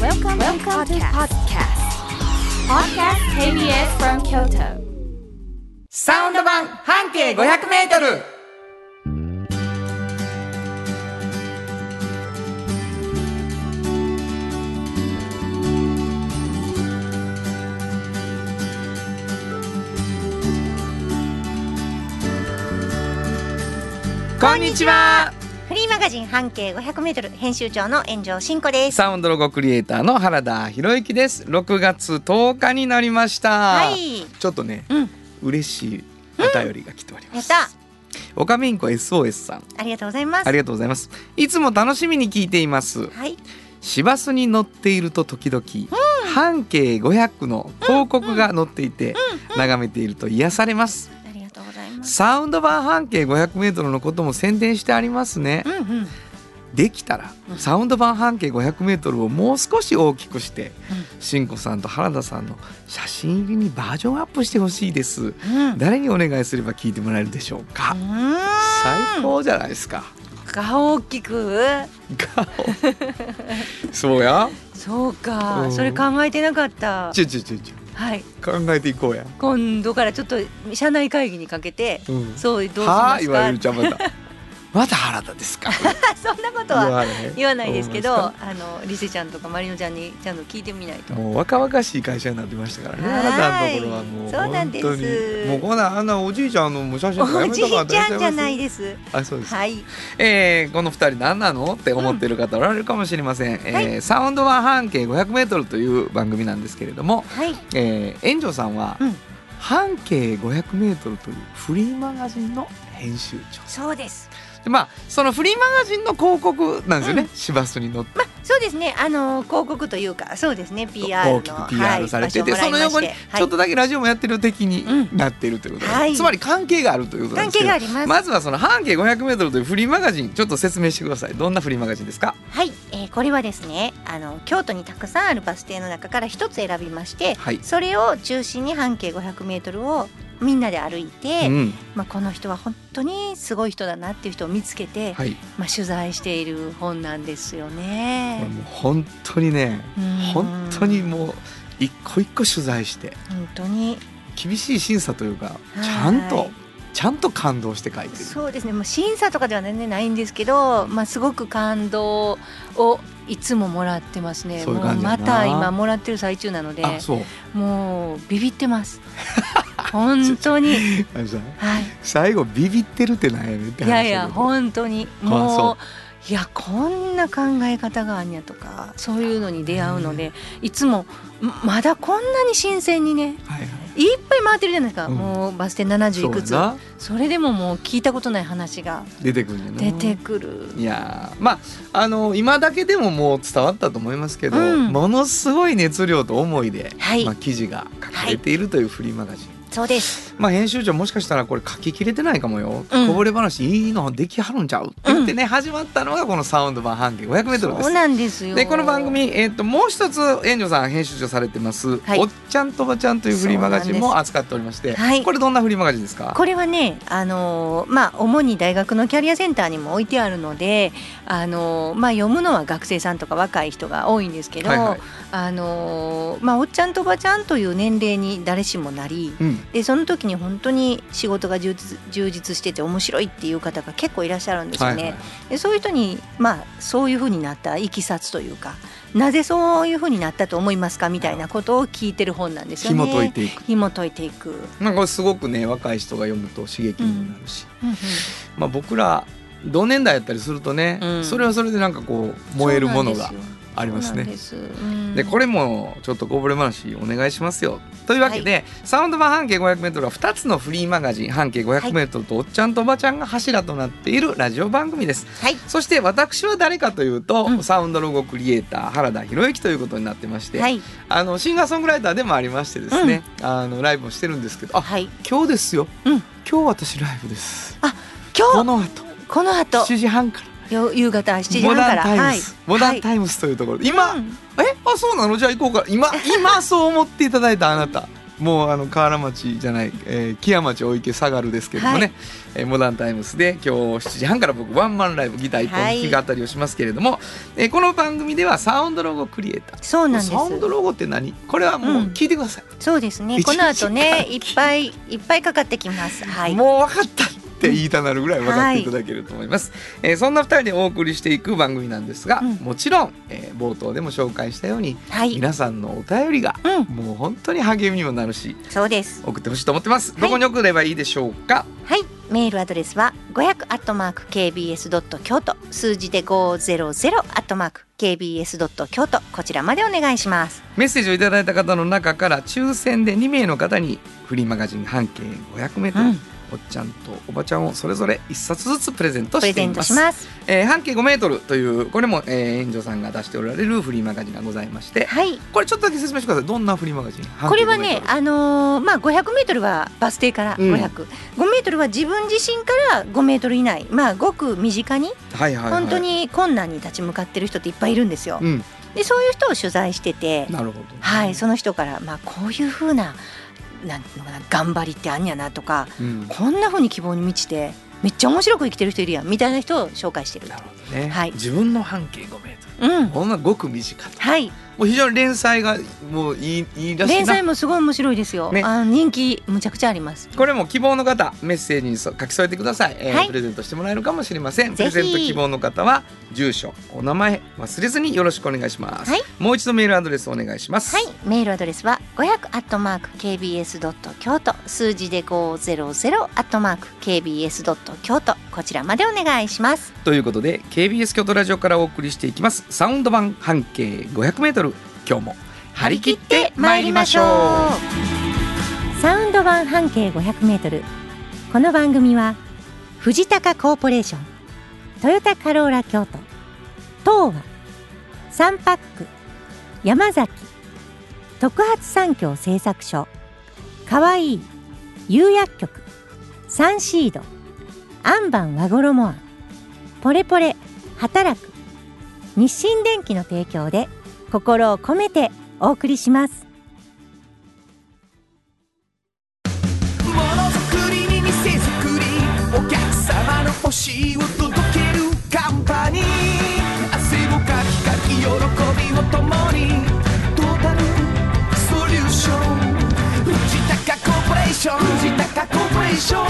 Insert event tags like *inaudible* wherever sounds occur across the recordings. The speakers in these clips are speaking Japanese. Welcome, Welcome to podcast. Podcast KBS from Kyoto. サウンド版半径500メートルこんにちはフリーマガジン半径 500m 編集長の炎上真子です。サウンドロゴクリエイターの原田博之です6月10日になりました、はいちょっとね、うん嬉しいお便りが来ておりやまっす、たオカメインコ SOS さんありがとうございます。ありがとうございますいつも楽しみに聞いていますはい。市バスに乗っていると時々、半径500の広告が載っていて、眺めていると癒されますありがとうございます。サウンド版半径 500m のことも宣伝してありますねう、んうん。できたらサウンド版半径 500m をもう少し大きくして、うしんこさんと原田さんの写真入りにバージョンアップしてほしいですうん。誰にお願いすれば聞いてもらえるでしょうか、うん。最高じゃないですかが大きく。顔そうやそううか。んそれ考えてなかった。ちょちょちょちょはい。考えていこうや、今度からちょっと社内会議にかけて。うんそうどうしはまあす言わかれる。ちゃまたまた原田ですか *laughs* そんなこと言はわれへん言わないですけど、そうあのリセちゃんとかマリノちゃんにちゃんと聞いてみないと。もう若々しい会社になってましたからねはー原い田のところはもうそうなんです本当にもうこんなんあんなおじいちゃんのもう写真とかおやめじといかってちらっゃしゃいんじゃますないです。あそうです、はい。えーこの二人何なのって思ってる方おられるかもしれません、えはーサウンド版半径 500m という番組なんですけれども、はい。えー、炎上さんは、うん半径 500m というフリーマガジンの編集長そうです。でまあそのフリーマガジンの広告なんですよね、市バスに乗ってそうですね、あの広告というか、そうですね、PR の大きく PR されてて、はいその横に場所をもらいましてはいちょっとだけラジオもやってる的うにんなってるということです、はいつまり関係があるということなん関ですけ係どがあります。まずはその半径 500m というフリーマガジンちょっと説明してくださいどんなフリーマガジンですかはい、えーこれはですね、あの京都にたくさんあるバス停の中から一つ選びまして、はい、それを中心に半径500メートルをみんなで歩いて、うんまあこの人は本当にすごい人だなっていう人を見つけて、はい、まあ取材している本なんですよこれね。もう本当にねうん本当にもう一個一個取材して本当に厳しい審査というかいちゃんとちゃんと感動して書いてるそうですね、まあ、審査とかでは全然ないんですけど、まあ、すごく感動をいつももらってますねそういう感じもやなまた今もらってる最中なのであそうもうビビってます *laughs* 本 *laughs* 当に、あのさはい、最後ビビってるってなんやねんっていやい話だやけど本当にあもそういやこんな考え方があんやとかそういうのに出会うのでいつもまだこんなに新鮮にねはいはいいっぱい回ってるじゃないですか、うんもうバス停70いくつそうやなそれでももう聞いたことない話が出てくるんやな出てくる。いやーまああの今だけでももう伝わったと思いますけど、うんものすごい熱量と思いで、はいまあ、記事が書かれているというフリーマガジン、そうです。まあ、編集長もしかしたらこれ書ききれてないかもよ、うんこぼれ話いいのできはるんちゃうって言ってね、始まったのがこのサウンド版半径 500m でそうす。なんですよ。でこの番組、えー、ともう一つ遠慮さん編集長されてます、はいおっちゃんとおばちゃんというフリーマガジンそうも扱っておりまして、はいこれどんなフリーマガジンですかこれはね、あのーまあ主に大学のキャリアセンターにも置いてあるので、あのーまあ読むのは学生さんとか若い人が多いんですけど、はいはいあのーまあおっちゃんとおばちゃんという年齢に誰しもなり。うんでその時に本当に仕事が充実充実してて面白いっていう方が結構いらっしゃるんですよね。はいはいでそういう人に、まあ、そういうふうになったいきさつというかなぜそういうふうになったと思いますかみたいなことを聞いてる本なんですよね。紐解いていく、紐解いていく。まあ、これすごくね若い人が読むと刺激になるし、まあ、僕ら同年代やったりするとね、うんそれはそれでなんかこう燃えるものがありますね。でこれれもちょっとこぼれ話お願いしますよというわけで、サウンド版半径 500m は2つのフリーマガジン半径 500m とおっちゃんとおばちゃんが柱となっているラジオ番組ですはいそして私は誰かというと、うんサウンドロゴクリエイター原田博之ということになってまして、はいあのシンガーソングライターでもありましてですね、あのライブもしてるんですけどあはい今日ですよ、うん今日私ライブですこ今日の後この後7時半からよ夕方7時モ半ダかンらタイはムいス、モダンタイムスというところで今、うんえあそうなのじゃあ行こうか今今そう思っていただいたあなたもうあの河原町じゃない、えー、木屋町大池下がるですけどもね、はいえーモダンタイムスで今日7時半から僕ワンマンライブギター一は本い弾き語りをしますけれども、えーこの番組ではサウンドロゴクリエイターそうなんですサウンドロゴって何これはもう聞いてください、そうですね一こ日の後間ねいっぱいいっぱいかかってきますはいもう分かったって言いたなるぐらい分かっていただけると思います、えーそんな2人でお送りしていく番組なんですが、うんもちろん、えー冒頭でも紹介したようにはい皆さんのお便りがうんもう本当に励みにもなるしそうです送ってほしいと思ってます、はいどこに送ればいいでしょうかはいメールアドレスは500アットマーク kbs ドット京都数字で500アットマーク kbs ドット京都こちらまでお願いしますメッセージをいただいた方の中から抽選で2名の方にフリーマガジン半径 500m、うんおっちゃんとおばちゃんをそれぞれ1冊ずつプレゼントプレしてゼいントましすますえー半径5メートルというこれも、えー、園長さんが出しておられるフリーマガジンがございましてはいこれちょっとだけ説明してくださいどんなフリーマガジンこれは半径5メーねトルあのーまあ500メートルはバス停からうん500、5メートルは自分自身から5メートル以内まあごく身近にはいはいはい、本当に困難に立ち向かってる人っていっぱいいるんですよ、うんでそういう人を取材しててなるほどはい、その人から、まあ、こういうふうななんていうのかな頑張りってあんやなとかうんこんなふうに希望に満ちてめっちゃ面白く生きてる人いるやんみたいな人を紹介してるなるほどね、はい自分の半径5メートルうんほんまごく短いはいもう非常に連載がもういいいいらしいな連載もすごい面白いですよ、ねあの人気むちゃくちゃありますこれも希望の方メッセージにそ書き添えてください、えーはいプレゼントしてもらえるかもしれませんプぜレゼひント希望の方は住所お名前忘れずによろしくお願いします、はいもう一度メールアドレスお願いします、はい、メールアドレスは500アットマーク kbs ドット京都数字で500アットマーク kbs ドット京都こちらまでお願いします。ということで KBS 京都ラジオからお送りしていきますサウンド版半径 500m 今日も張り切ってまいりましょうサウンド版半径500メートル。この番組は藤高コーポレーション、トヨタカローラ京都、東和、サンパック、山崎、特発産業製作所、かわいい釉薬局、サンシード、アンバン和衣庵、ポレポレ働く、日清電機の提供で心を込めてお送りします。ものづくりに店づくりお客様の欲しいを届けるカンパニー汗をかきかき喜びを共にトータルソリューション藤高コーポレーション藤高コーポレーション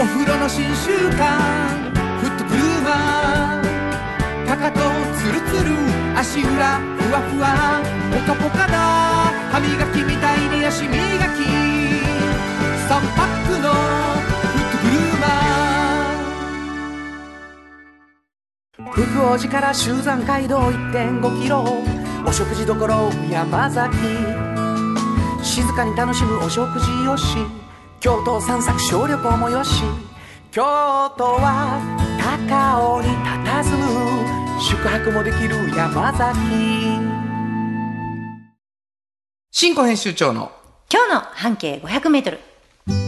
お風呂の新習慣フットブルーマーかかとツルツル足裏ふわふわポカポカだ歯磨きみたいに足磨き3パックのフットブルーマー福王寺から集山街道1.5キロお食事どころ山崎静かに楽しむお食事よし京都を散策小旅行もよし京都は高尾に佇む宿泊もできる山崎新庫編集長の今日の半径500メートル。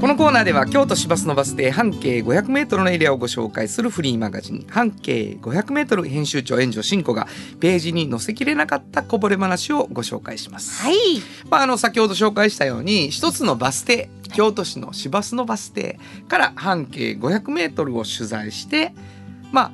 このコーナーでは京都市バスのバス停半径 500m のエリアをご紹介するフリーマガジン半径 500m 編集長園長新子がページに載せきれなかったこぼれ話をご紹介します。はい、まあ、あの先ほど紹介したように一つのバス停京都市の市バスのバス停から半径 500m を取材してまあ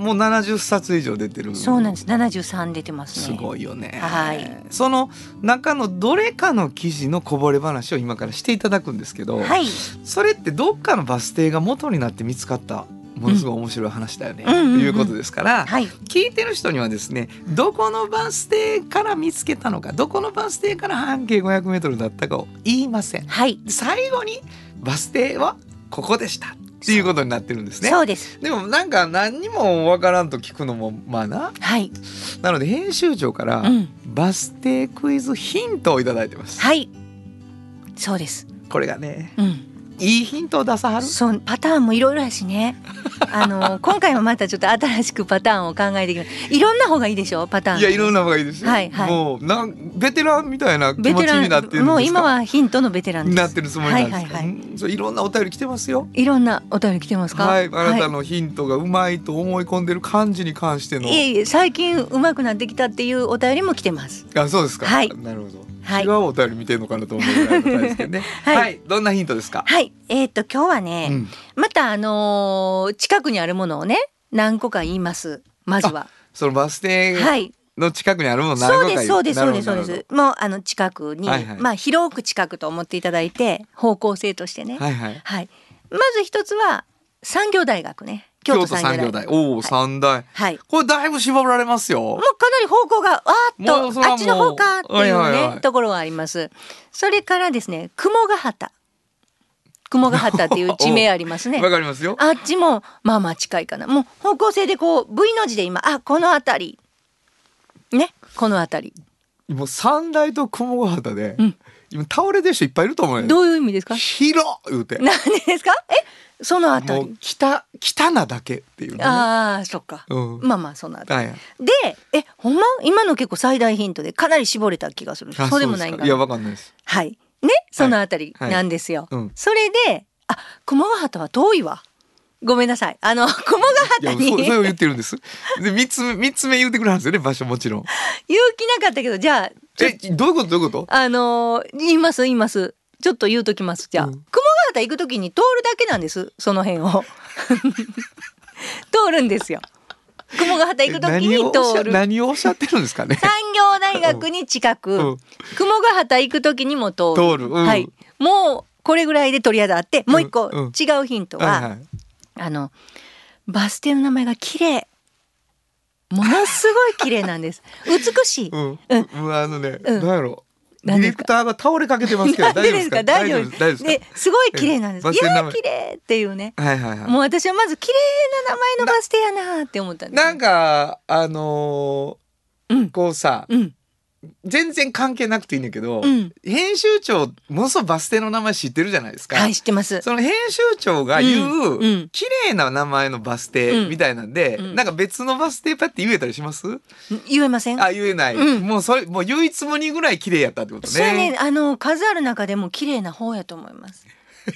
もう70冊以上出てるそうなんです。73出てますすね。ごいよね。はいその中のどれかの記事のこぼれ話を今からしていただくんですけど、はい、それってどっかのバス停が元になって見つかったものすごい面白い話だよね、うんうんうんうんということですから、はい、聞いてる人にはですねどこのバス停から見つけたのかどこのバス停から半径 500m だったかを言いませんはい、最後にバス停はここでしたっていうことになってるんですねそうです。でもなんか何にもわからんと聞くのもまあなはい、なので編集長からうん、バス停クイズヒントをいただいてます、はい、そうです。これがねうん、いいヒントを出さはるそうパターンもいろいろや *laughs* しねあの今回もまたちょっと新しくパターンを考えてきまいろんな方がいいでしょパターンいやいろんな方がいいですよ、はいはいもうなんベテランみたいな気ベ持テちラになってるんですかンもう今はヒントのベテランですなってるつもりなんですか、はいはいはいうんそういろんなお便り来てますよいろんなお便り来てますかはいあなたはのヒントがうまいと思い込んでる感じに関しての、いえいえ最近上手くなってきたっていうお便りも来てますあそうですか、はいなるほど、はい違うお便り見てるのかなと思うぐらいの感じですけどね *laughs* は、はいいどんなヒントですか、はいえっ、と今日はね、うんまたあのー近くにあるものをね何個か言いますまずはそのバス停はいの近くにあるもの何そう個でかすそうですそうですなそうるでほどすもうあの近くに、はいはいまあ広く近くと思っていただいて方向性としてねなるほどはいはいはい、まず一つは産業大学ね京京都都産産業業大大学おお三大、はいもこれだいぶ絞られますようかなり方向がわもーうっそとれはもうあっちの方かっていうね、はいはいはいところはありますそれからですね雲ヶ畑雲ヶ畑っていう地名ありますね *laughs* わかりますよあっちもまあまあ近いかなもう方向性でこう V の字で今あこの辺りねこの辺りもう三大と雲ヶ畑で、うん今倒れてる人いっぱいいると思うよどういう意味 *laughs* ですか広っ言うて何ですかえそのも辺うり北北なだけっていうねああそっか、うんまあまあその辺りはいはいで、え、ほんま今の結構最大ヒントでかなり絞れた気がする。あそうでもないんそかうですいやな。わかんないですはい。ね、そのあたりなんですよ。はいはいうんそれで、あ、熊ヶ畑は遠いわ。ごめんなさい。あの、 *laughs* 熊ヶいや畑そにうそ勇れ気なを言ってるんですで三つ目三つ目言ってくれるんですよね場所もちろんかったけど、じゃあ、ちょえどういうことどういうことあのー言います、言います。ちょっと言うときます。じゃあ、うん熊ヶ畑行くときに通るだけなんです。その辺を。 *laughs* 通るんですよ。熊ヶ畑行くとき何をにおっしゃ通る。何をおっしゃってるんですか *laughs* ね産業大学に近く、うん雲ヶ畑行く時にも通る通るうんはい、もうこれぐらいでとりあえずあってもう一個、うんうん違うヒントは、はいはいあのバス停の名前が綺麗ものすごい綺麗な *laughs* んです美しい、うん、ううんん、あのね、うなんんやろディ何でレすクタかーが倒れかけてますけど、 *laughs* なん大丈で夫でですすか。か大丈夫大丈夫ですか。ですごい綺麗なんです、うんバスい停の名や前綺麗っていうね、はいはいはいも。う私はまず綺麗な名前のバス停やなーって思ったんですなんかあのーうんこうさうん全然関係なくていいんだけど、うん編集長ものすごいバス停の名前知ってるじゃないですか、はい知ってますその編集長が言う、うんうん綺麗な名前のバス停みたいなんで、うんうんなんか別のバス停パって言えたりします、言えませんあ言えない、うんもうそれもう唯一無二ぐらい綺麗やったってことねそれねあの数ある中でも綺麗な方やと思います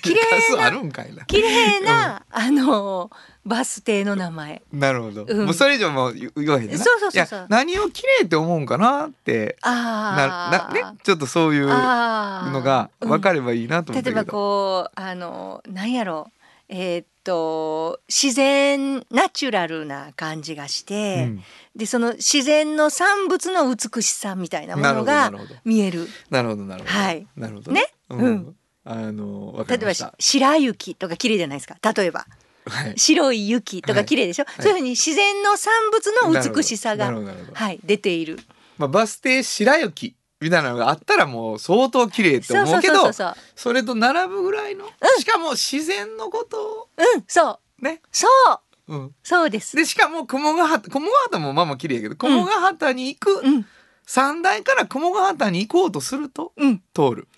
綺麗 *laughs* 数なあるんかいな綺麗な、あのバス停の名前なるほど、うんもうそれ以上もう言言わへんねんなそうそうそうそうや何を綺麗って思うんかなってなああなねちょっとそういうのあーが分かうんればいいなと思った例えけど、ばこうあのなんやろうえーっと自然ナチュラルな感じがして、うんでその自然の産物の美しさみたいなもなるのほどながるほど見えるなるほどなるほど。はいなるほどね。う。うんあのわか例りえまばし。した白雪とか綺麗じゃないですか例えば *laughs* はい。白い雪とはかい綺麗でしょ、いそういうふうに自然の産なる物ほのど美しさなるほがどなるほど。はい出ているまあバス停白雪みたいなのがあったらもう相当綺麗とそう思そううけそうそどう、そうそれと並ぶぐらいの、しかも自然のことをうんそうね。そううん。そうです。でしかも雲ヶ畑雲ヶ畑もまあまあ綺麗やけど雲ヶ畑に行く、うん、三台から雲ヶ畑に行こうとするとうん、通る。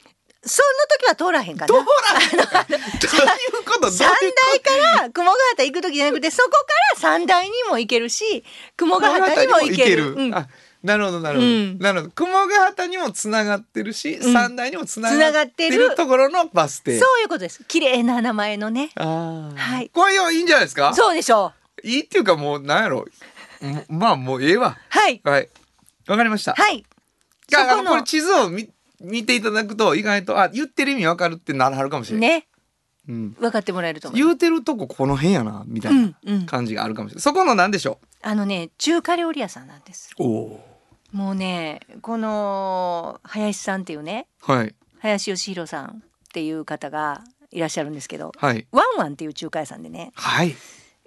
その時は通らへんかどうな。なんだ。 *laughs* どういうことどういうこと三台から雲ヶ畑行く時じゃなくて、そこから三台にも行けるし、雲ヶ畑にも行ける。うんあ、なるほどなるほど。うんなるほど。雲ヶ畑にもつながってるし、うん三台にもつながってつながってるるところのバスそう停。いうことです。綺麗な名前のね。ああ。はいこれはいいんじゃないですか。そうでしょう。いいっていうかもうなんやろ。もまあもうええわ。はい。はい。わかりました。はい。がそこあののこれ地図を見見ていただくと意外とあ言ってる意味わかるってなるはるかもしれない。ね、うん。分かってもらえると思う。言うてるとここの辺やなみたう、いなんうん。感じがあるかもしれない。そこのなんでしょあのね、中華料理屋さんなんです。う。おお。もうね、この林さんっていうね、はい林義弘さんっていう方がいらっしゃるんですけど、はいワンワンっていう中華屋さんでね、はい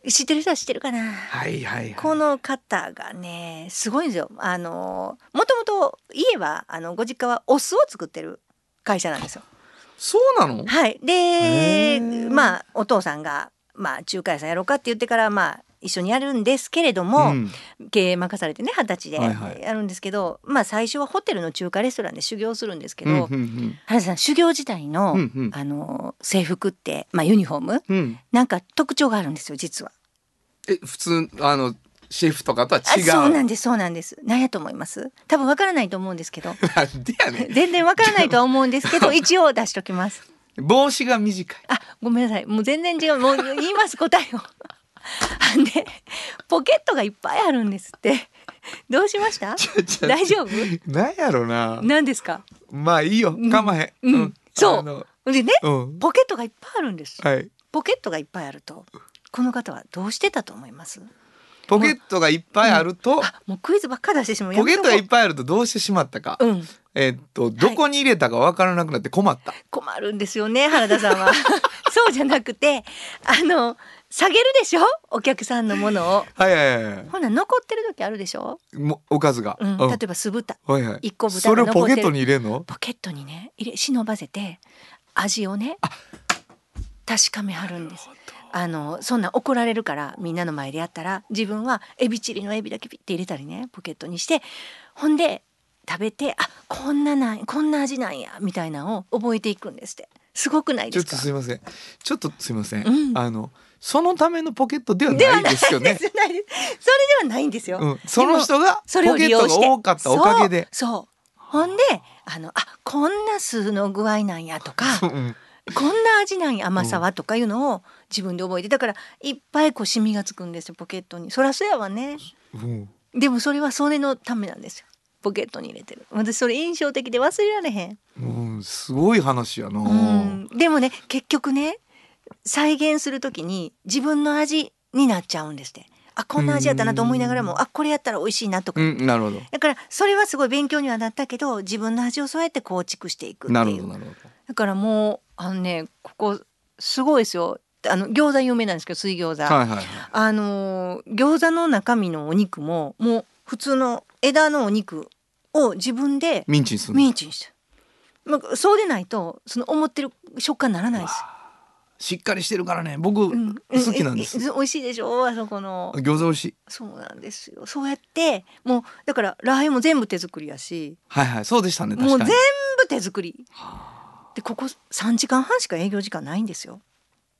知ってる人は知ってるかな。はいはいはい。この方がねすごいんですよ。あのもともと家はあのご実家はお酢を作ってる会社なんですよ。そうなの？はい、へでーまあお父さんが、まあ、中華屋さんやろうかって言ってから、まあ、一緒にやるんですけれども、うん経営任されてね二十歳ではいはいやるんですけど、まあ最初はホテルの中華レストランで修行するんですけど、うんうん原田さん修行時代の,、うんうんあの制服って、まあ、ユニフォームうんうんなんか特徴があるんですよ実は。え普通あのシェフとかとはあ違うそうなんですそうなんです。なんやと思います多分わからないと思うんですけど *laughs* *laughs* なんでやねん全然わからないとは思うんですけど一応出しときます。帽子が短いあ、ごめんなさい。もう全然違う。もう言います答えを。あん *laughs* で、ポケットがいっぱいあるんですって。どうしましたちょちょ大丈なんやろな夫何ですかまあいいよかまへん、うんそうあのでね、うんポケットがいっぱいあるんです。はいポケットがいっぱいあると、この方はどうしてたと思いますポケットがいっぱいあると、あ、もうクイズばっかり出してしまう。ポケットがいっぱぱいあるとどうしてしまったか、うん。えっとどこに入れたかわからなくなって困った、困るんですよね、原田さんは。そうじゃなくて、あの、下げるでしょお客さんのものを。はい、はいはいはほな、残ってる時あるでしょいもおかずが、うん。例えば酢豚。はいはい一個豚がそれをポケッ残ってトるに入れんのポケットにね入れ忍ばせて味をね確かめはるんですあのそんなん怒られるからみんなの前でやったら自分はエビチリのエビだけピッて入れたりねポケットにしてほんで食べてあこんななんこんな味なんやみたいなのを覚えていくんですってすごくないちでょっすとかすいませんちょっとすいません、うんあのそのためのポケットではないですよね *laughs* それではないんですよ、うん、その人がポそれをケ利ットが用して多かったおかげでそうそうほんであのあこんな酢の具合なんやとかうんこんな味なんや甘さはとかいうのを自分で覚えてだからいっぱいこうシミがつくんですよポケットにそらそうやわねうんでもそれはそれのためなんですよポケットに入れてる私それ印象的で忘れられへん、うん、すごい話やな、うん、でもね結局ね再現する時に自分の味になっちゃうんですってあこんな味やったなと思いながらもあこれやったら美味しいなとか、うん、なるほどだからそれはすごい勉強にはなったけど自分の味をそうやって構築していくってなるいほどうなるほだからもうあのねここすごいですよあの餃子有名なんですけど水餃子、どはいはいはいあのー餃子の中身のお肉ももう普通の枝のお肉を自分でミンチにするミンチにしてる、まあ、そうでないとその思ってる食感にならないです、しっかりしてるからね僕うん好きなんです、ええ美味しいでしょあそこの餃子美味しいそうなんですよそうやってもうだからラー油も全部手作りやしはいはいそうでしたねも確うかに全部手作りでここ3時間半しか営業時間ないんですよ、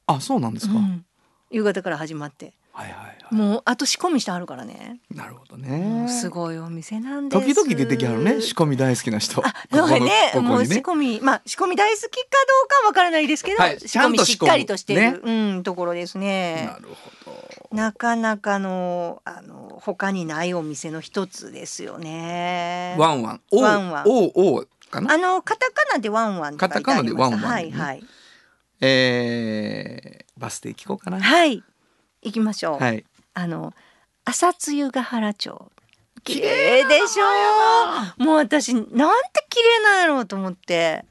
あそうなんですか、うん夕方から始まってはいはいはもうあと仕込みしてあるからね、いなるほどもねうすごいお店なんで時す々出てきはるね仕込み大好きな人あ、そうやねここのこもこうに仕ね込み、まあ仕込み大好きかどうかわからないですけど、はい仕込みちゃんとし仕っ込むかりとしてる、ねうんところですねな。るほどなかなかのあの他にないお店の一つですよね。ワンワンおワンワンおおおかなあのカタカナでワンワンって書いてカタありますカナでワンワンねはいはいえー、バス停聞こうかなはい行きましょう。はいあの朝露ヶ原町綺麗でしょう。もう私なんて綺麗なんやろうと思って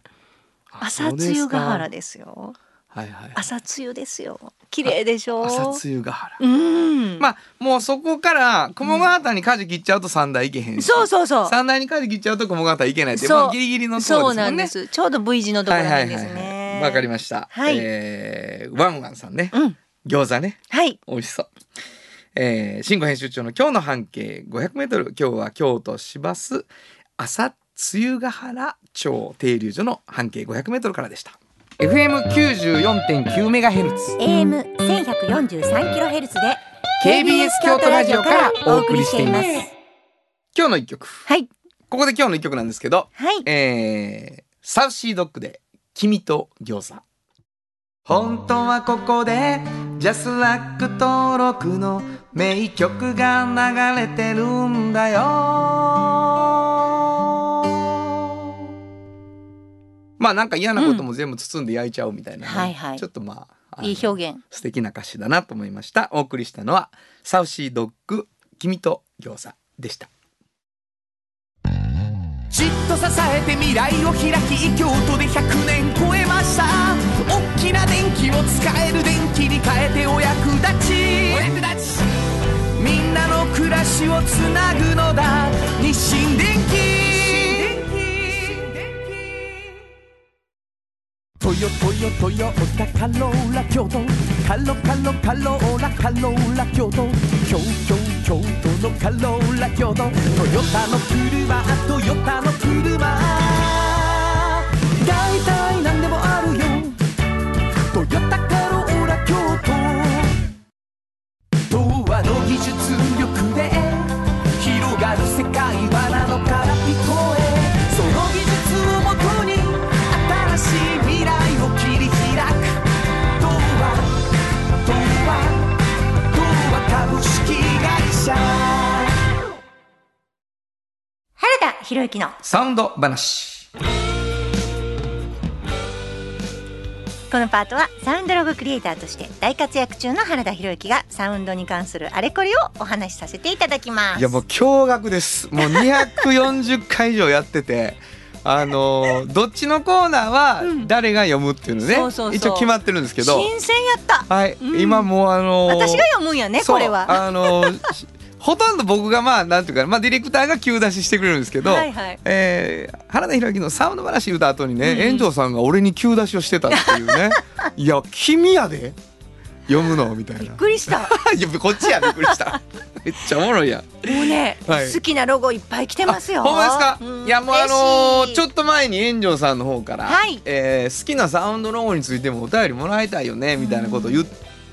朝露ヶ原でですよ。はいはい *laughs* 朝露ですよ。綺麗でしょ。朝露ヶ原うん。まあもうそこから雲ヶ畑に舵切っちゃうと三台行けへんし、そうそうそう。三台に舵切っちゃうと雲ヶ畑行けないってそうまあギリギリのとそこうですなもんんでねす。ちょうど V 字のところなんですはいはねい。わかりました。はいえーワンワンさんね、うん。餃子ね、はい。美味しそう。えー、新語編集長の今日の半径500メートル、今日は京都市バス朝露ヶ原町停留所の半径500メートルからでした。FM 94.9メガヘルツ、 AM 1143キロヘルツで KBS 京都ラジオからお送りしています。今日の一曲、はい。ここで今日の一曲なんですけど、はい。えー、サウシードッグで君と餃子。本当はここでジャスラック登録の名曲が流れてるんだよまあなんか嫌なことも全部包んで焼いちゃおうみたいなね、うんはいはいちょっとまああのいい表現。素敵な歌詞だなと思いましたお送りしたのはサウシードッグ君と餃子でしたじっと支えて未来を開き京都で100年超えました大きな電気を使える電気に変えてお役立ちお役立ちみんなの暮らしをつなぐのだ日清電気というヨトヨトヨタカローラ京都カロカロカローラカローラ京都京京京都のカローラ京都トヨタの車トヨタの車大体何でもあるよトヨタカローラ京都童話の技術力で広がる世界はなのから聞こえその技術をもとに新しい未来を切り開く童話童話童話株式会社原田博之のサウンド話このパートはサウンドロゴクリエイターとして大活躍中の原田博之がサウンドに関するあれこれをお話しさせていただきますいやもう驚愕ですもう240回以上やって *laughs* てあのーどっちのコーナーは誰が読むっていうのね、そうそうそう一応決まってるんですけど新鮮やったはい、うん今もうあのー私が読むんやねそうこれはあ *laughs* のーしほとんど僕がまあなんていうか、まあ、ディレクターが急出ししてくれるんですけど、はいはいえー原田裕之のサウンド話言うた後にね、園長さんが俺に急出しをしてたっていう *laughs* ねいや君やで読むのみたいないびっく *laughs* りしたやこっちやびっくり *laughs* しためっちゃおもろいやんもうね、はい好きなロゴいっぱい来てますよ。ほんまですか、んいやもうあのーちょっと前に炎上さんの方から、はいえー好きなサウンドロゴについてもお便りもらいたいよねみたいなことを言っ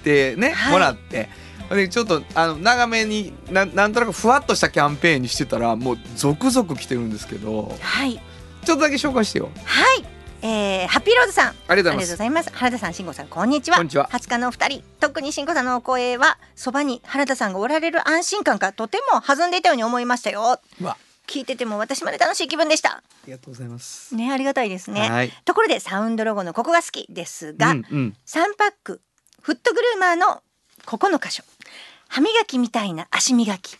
てね、はいもらって。でちょっとあの長めにななんとなくふわっとしたキャンペーンにしてたらもう続々来てるんですけどはいちょっとだけ紹介してよはい、えー、ハッピーロードさんありがあとうごりがとうざいごますざいます。原田さん、慎吾さん、こんにちは。こんにちは初日のお二人、特に慎吾さんのお声は、そばに原田さんがおられる安心感がとても弾んでいたように思いましたよ。うわ聞いてても私まで楽しい気分でした。ありがとうございます、ね、ありがたいですね。はいところで、サウンドロゴのここが好きでうすが、んうん、三パックフットグルーマーのここの箇所歯磨きみたいな足磨き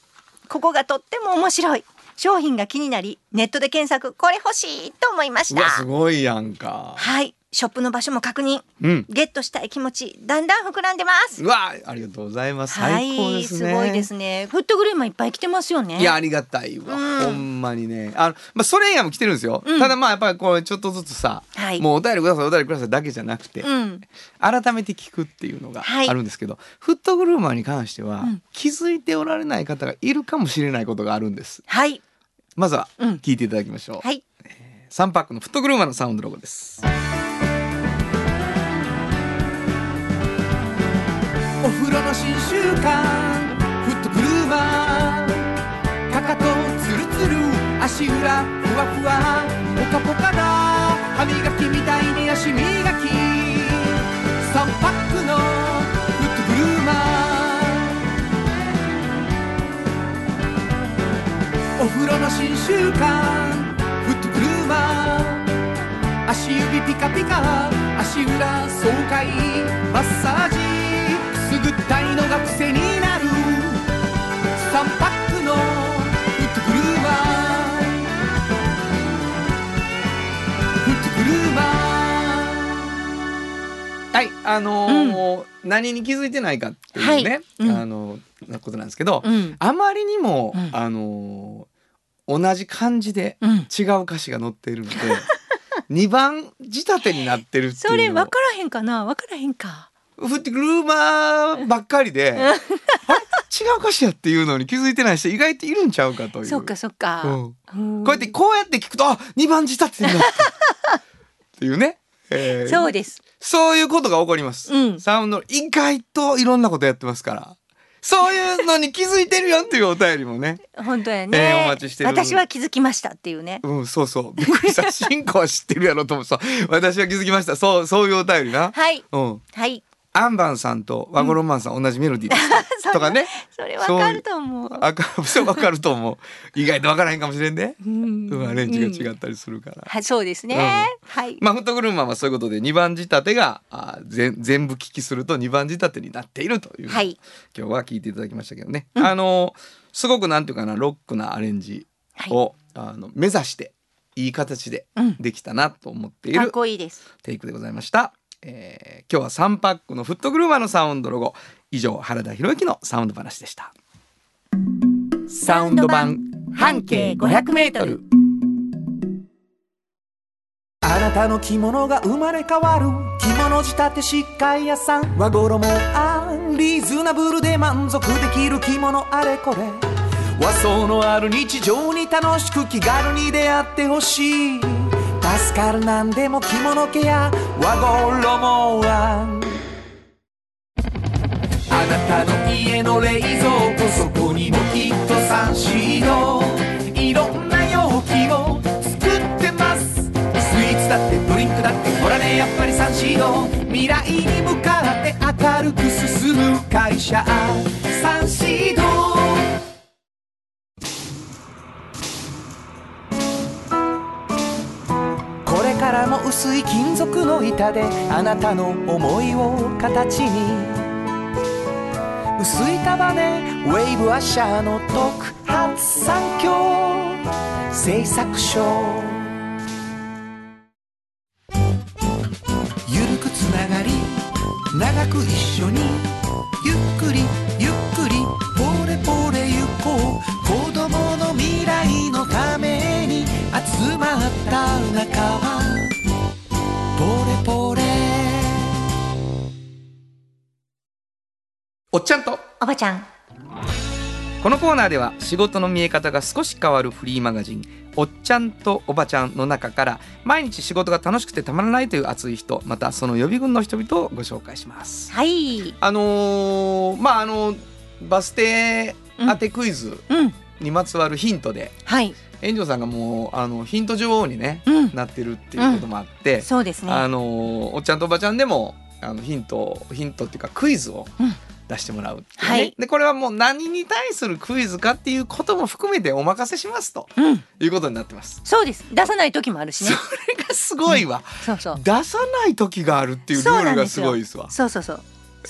ここがとっても面白い商品が気になりネットで検索これ欲しいと思いましうたわすごいやんかはいショップの場所も確認うんゲットしたい気持ちだんだん膨らんでますうわありがとうございます最高ですね、はい、すごいですねフットグルーマーいっぱい来てますよねいやありがたいわ、うんほんまにねあの、まあ、それ以外も来てるんですよ、うんただまあやっぱりこうちょっとずつさ、はいもうお便りくださいお便りくださいだけじゃなくて、うん改めて聞くっていうのがはいあるんですけど、フットグルーマーに関しては、うん気づいておられない方がいるかもしれないことがあるんですはいまずはうん聞いていただきましょう、はいサンパックのフットグルーマーのサウンドロゴですお風呂の新習慣フットグルーマーかかとツルツル足裏ふわふわポカポカだ歯磨きみたいに足磨き3パックのフットグルーマーお風呂の新習慣フットグルーマー足指ピカピカ足裏爽快マッサージくすぐったいのが癖になる3パックのフットグルーマーフットグルーマはいあのー何に気づいてないかっていうね、はいうんあのなことなんですけど、うんあまりにも、うんあのー同じ感じでうん。違う歌詞が載っているので *laughs* 二番仕立てになってるってそいうれの分をからへんかな分からへんか。フットグルーマーばっかりであれ違う歌詞やっていうのに気づいてない人意外といるんちゃうかというそっかそっうか。んこうこやってこうやって聞くとあ二番仕立てになってるっていうね、えーそうです。そういうことが起こります、うんサウンド意外といろんなことやってますからそういうのに気づいてるよっていうお便りもね本当やえーおね待ちして。る私は気づきましたっていうね。うん、そうそう。びっくりした。進行は知ってるやろと思ってさ、私は気づきました。そう、そういうお便りな。はいうん。はい。アンバンさんとワゴロンマンさん同じメロディーですとかね。それ分かると思う。あか、そうわかると思う。意外とわからへんかもしれんね。うんうん、アレンジが違ったりするから。はいそうですね。うはい。まあ、フットグルーマンはそういうことで2番仕立てがあ全全部聞きすると2番仕立てになっているという、はい今日は聞いていただきましたけどね、あのすごくなんていうかなロックなアレンジを、あの目指していい形でうんできたなと思っていかっるこいいです。テイクでございました、えー今日は3パックのフットグルーマーのサウンドロゴ以上原田博之のサウンド話でしたサウンド版半径 500m ーあなたの着物が生まれ変わる着物仕立て疾患屋さん和衣もあリーズナブルで満足できる着物あれこれ和装のある日常に楽しく気軽に出会ってほしい助かるなんでも着物ケア和衣もああなたの家の冷蔵庫そこにもきっとサンシードいろんな容器を作ってますスイーツだってドリンクだってほらねやっぱりサンシード未来に向かって明るく進む会社サンシードこれからも薄い金属の板であなたの思いを形に薄い束ねウェイブアッシャーの特発産業製作所ゆるくつながり長く一緒にゆっくりゆっくりポレポレゆこう子供の未来のために集まった仲間ポレポレおっちゃんとおばちゃんこのコーナーでは仕事の見え方が少し変わるフリーマガジン「おっちゃんとおばちゃん」の中から毎日仕事が楽しくてたまらないという熱い人またその予備軍の人々をご紹介します。はいあのーまああのバス停当てクイズうんにまつわるヒントで、はい園長さんがもうあのヒント女王に、ねうんなってるっていうこともあって、そうですねあのーおっちゃんとおばちゃんでもあのヒントをヒントっていうかクイズをうん出してもらうっていうね、はいでこれはもう何に対するクイズかっていうことも含めてお任せしますとうんいうことになってます。 *laughs* そうです出さない時もあるしそねれがすごいわ、そうそう出さない時があるっていうルそうーなルんがですすごよいですわ。そうそうそうそ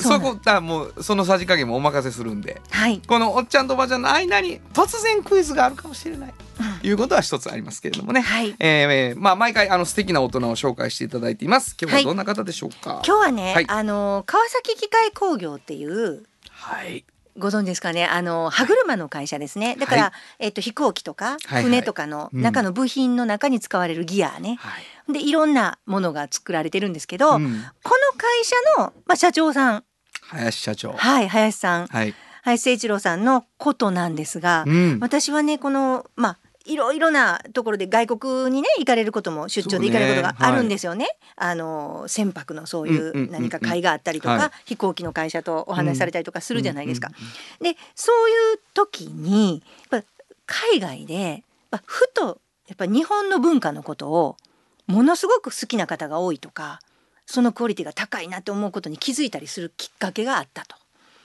そうなんこだもうそのさじ加減もお任せするんではいこのおっちゃんとおばちゃんの間に突然クイズがあるかもしれないということは一つありますけれどもね、はい今えーまあ、毎回あの素敵な大人を紹介していただいています今日はどんな方でしょうか、日はね、はいあの川崎機械工業っていうはいご存知ですかねあの歯車の会社ですねだから、はえっと飛行機とかはい船とかのうん中の部品の中に使われるギアね、はいでいろんなものが作られてるんですけど、うんこの会社の、まあ、社長さん林社長はい林さんはい、林誠一郎さんのことなんですが、うん私はねこのまあいろいろなところで外国にね行かれることも出張で行かれることがそうねあはいるんですよね。あの船舶のそういうんうんうんううん何か会があったりとか、はい飛行機の会社とお話しされたりとかするじゃないですか。うんうんでそういう時にやっぱ海外でやっぱふとやっぱ日本の文化のことをものすごく好きな方が多いとかそのクオリティが高いなって思うことに気づいたりするきっかけがあったと。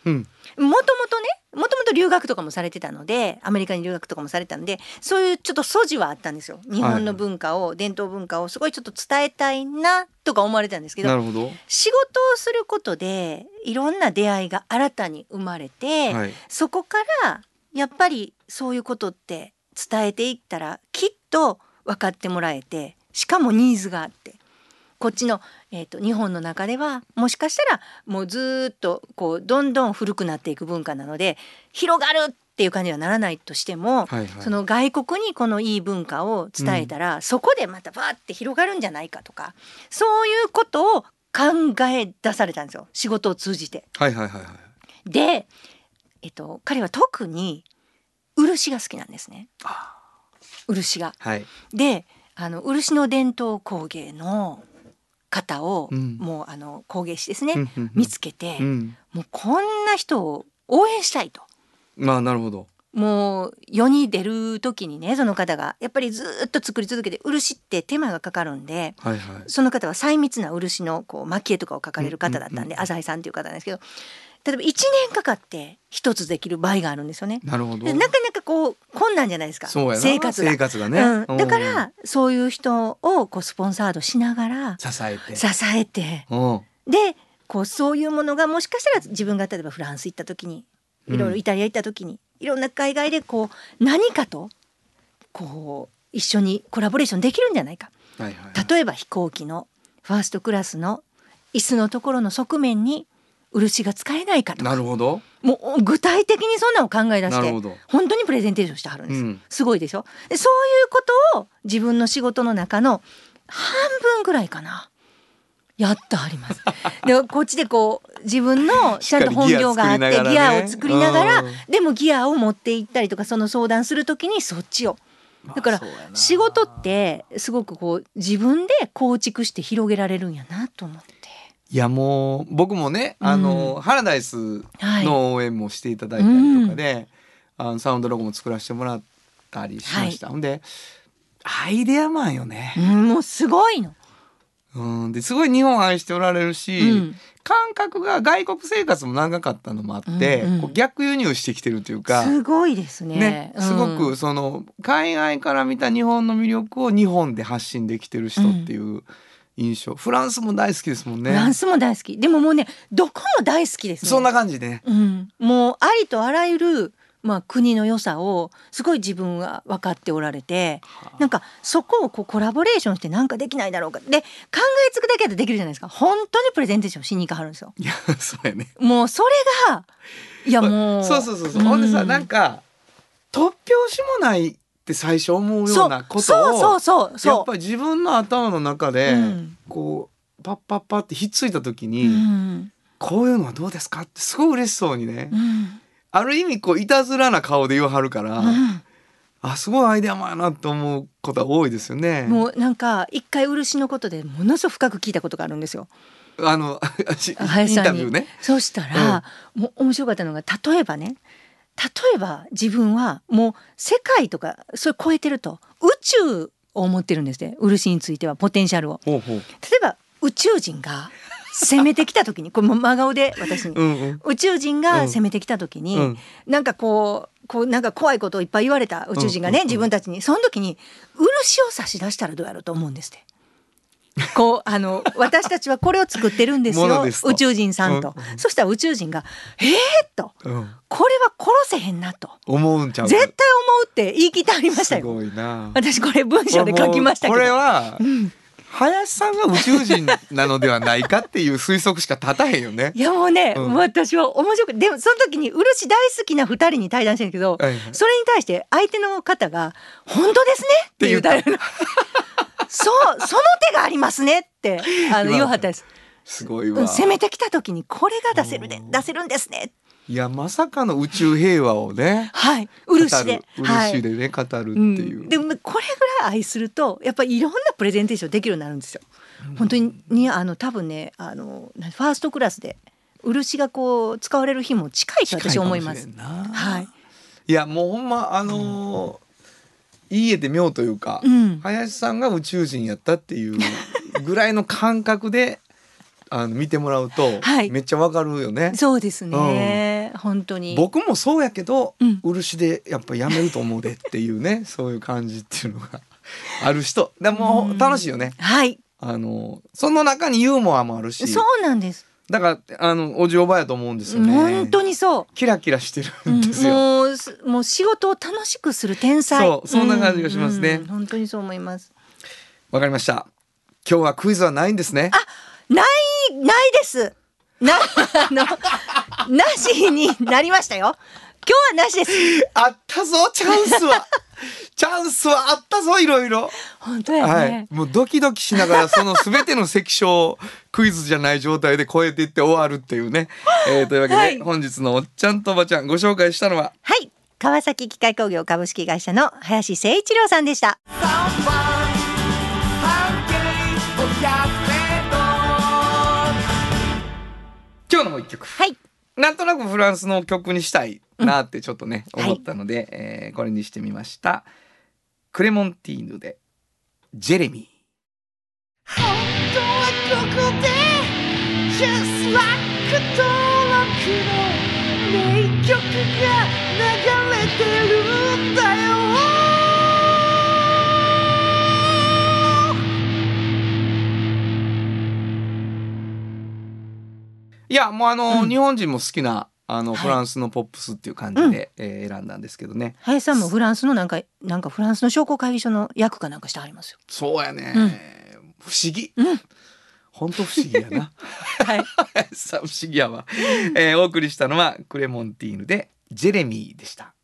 うんもともとねもともと留学とかもされてたのでアメリカに留学とかもされてたのでそういうちょっと素地はあったんですよ日本の文化を、伝統文化をすごいちょっと伝えたいなとか思われてたんですけどなるほど、仕事をすることでいろんな出会いが新たに生まれて、はい、そこからやっぱりそういうことって伝えていったらきっと分かってもらえてしかもニーズがあってこっちの、えー、と日本の中ではもしかしたらもうずーっとこうどんどん古くなっていく文化なので広がるっていう感じにはならないとしても、はいはいその外国にこのいい文化を伝えたら、そこでまたバーって広がるんじゃないかとかそういうことを考え出されたんですよ仕事を通じて。はいはいはいはいで、えっと、彼は特に漆が好きなんですねあ漆が。はいであの漆の伝統工芸の方を、うんもうあの工芸士ですね、うんうんうん見つけて、うんもうこんな人を応援したいと。まあなるほどもう世に出る時にねその方がやっぱりずーっと作り続けて漆って手間がかかるんではいはいその方は細密な漆のこう蒔絵とかを描かれる方だっうたんんうんで、うん浅井さんという方なんですけど例えば1年かかって一つできる場合があるんですよね。なるほどでなかなかこう困難じゃないですかそうやな生活が生活がね、うん、だかうんらそういう人をこうスポンサードしながら支えて支えてうんでこうそういうものがもしかしたら自分が例えばフランス行った時にいろいろイタリア行った時に、いろんな海外でこう何かとこう一緒にコラボレーションできるんじゃないか。はいはい例えば飛行機のファーストクラスの椅子のところの側面に漆が使えないかとなかるほどもう具体的にそんなのを考え出なしるてほど本当にプレゼンテーションしてはるんです、うんすごいでしょでそういうことを自分の仕事の中の半分ぐらいかなやったあ *laughs* りますでこっちでこう自分のちゃんと本業があってしっかりギギアア作りながらねを作りながらうんでもギアを持って行ったりとかその相談するときにそっちをだから仕事ってすごくこう自分で構築して広げられるんやなと思って。いやもう僕もねあの、ハラダイスはいの応援もしていただいたりとかで、あのサウンドロゴも作らせてもらったりしました、ほんでアイデアマンようね、んもうすごいの。うん、ですごい日本愛しておられるし、うん感覚が外国生活も長かったのもあって、うんうんこう逆輸入してきてるというか。すごいですね。ね、うんすごくその海外から見た日本の魅力を日本で発信できてる人っていう印象、フランスも大好きですもんねフランスも大好き。でももうね、どこも大好きです、ね。そんな感じでねうん、もうありとあらゆる、まあ、国の良さをすごい自分は分かっておられてなんかそこをこうコラボレーションしてなんかできないだろうかで考えつくだけでできるじゃないですか本当にプレゼンテーションしに行かはるんですよ。いやそうやねもうそれがいやもうそうそうそうそう、ほんでさなんか突拍子もないって最初思うようなことをそうそうそうそうやっぱり自分の頭の中で、うんこうパッパッパってひっついた時に、うんこういうのはどうですかってすごい嬉しそうにね、うんある意味こういたずらな顔で言わはるから、あすごいアイデアマンやなと思うことは多いですよね。もうなんか一回漆のことでものすごく深く聞いたことがあるんですよ。あのしイン林さタんビューに、ね。そうしたら、もう面白かったのが例えばね例えば自分はもう世界とかそれ超えてると宇宙を思ってるんですね漆についてはポテンシャルを。ほうほう。例えば宇宙人が攻めてきた時にこれもう真顔で私に、うんうん。宇宙人うがん攻めてきた時に、うんなんかこうこうなんか怖いことをいっぱい言われた宇宙人がね、うんうんうん自分たちにその時に漆を差し出したらどうやろうと思う *laughs* んですって。こうあの私たちはこれを作ってるんですもよのですと宇宙人さんと、うんうんそしたら宇宙人が「えー!」とうん、 「これは殺せへんな」と思うんち「ゃう。絶対思う」って言い切ってありましたすよ。ごいな。私これ文章で書きましたけこれどは、林さんが宇宙人なのではないかっていう推測しか立たへんよねい。やもうね、うん私は面白くでもその時に漆大好きな2人に対談してるけど、はいはいそれに対して相手の方が「本当ですね」って言うたらって言 *laughs* そうその手がありますね」ってあ言わの言わははっったたです。すごいうんわ。攻めてきた時にこれが出せるで出せるんですね。いやまさかの宇宙平和をね。はい、漆で、語るはい、漆でね、語るってうんいう。でもこれぐらい愛するとやっぱりいろんなプレゼンテーションできるようになるんですよ。本当ににあの多分ねあのなファーストクラスで漆がこう使われる日も近いと私思います近。かもしれんなはい。いやもうほんまあのーいいえで妙というか、うん林さんが宇宙人やったって *laughs* いうぐらいの感覚であの見てもらうと、はいめっちゃわかるよね。そうですね。本当に。僕もそうやけど、うん漆でやっぱやめると思うでっていうね *laughs* そういう感じっていうのがある人でもう楽しいよね、はい。あのその中にユーモアもあるしそうなんです。だからあのおじおばやと思うんですよね本当にそキラキラしてう。るんですよ、もうすもう仕事を楽しくする天才。そうそんな感じがしますねうんうん本当にそう思います。わかりました今日はクイズはないんですねないないです。な *laughs* あのなしになりましたよ。今日はなしです。あったぞチャンス *laughs* はチャンスはあったぞいろいろ、本当やね。はいもうドキドキしながらその全ての関所をクイズじゃない状態で超えていって終わるっていうね、えーというわけで、はい本日のおっちゃんとおばちゃんご紹介したのははい川崎機械工業株式会社の林誠一郎さんでした今日のもう一曲はいなんとなくフランスの曲にしたいなってちょっとね、うん思ったので、えーこれにしてみましたクレモンティーヌでジェレミーいやもうあの、日本人も好きなあの、フランスのポップスっていう感じで、えー選んだんですけどね林さんもフランスのなんかなんかフランスの商工会議所の役かなんかしてありますよ。そうやね、うん不思議、うん本当不思議やな *laughs* はい。 *laughs* さあ不思議やわ、えーお送りしたのはクレモンティーヌでジェレミーでした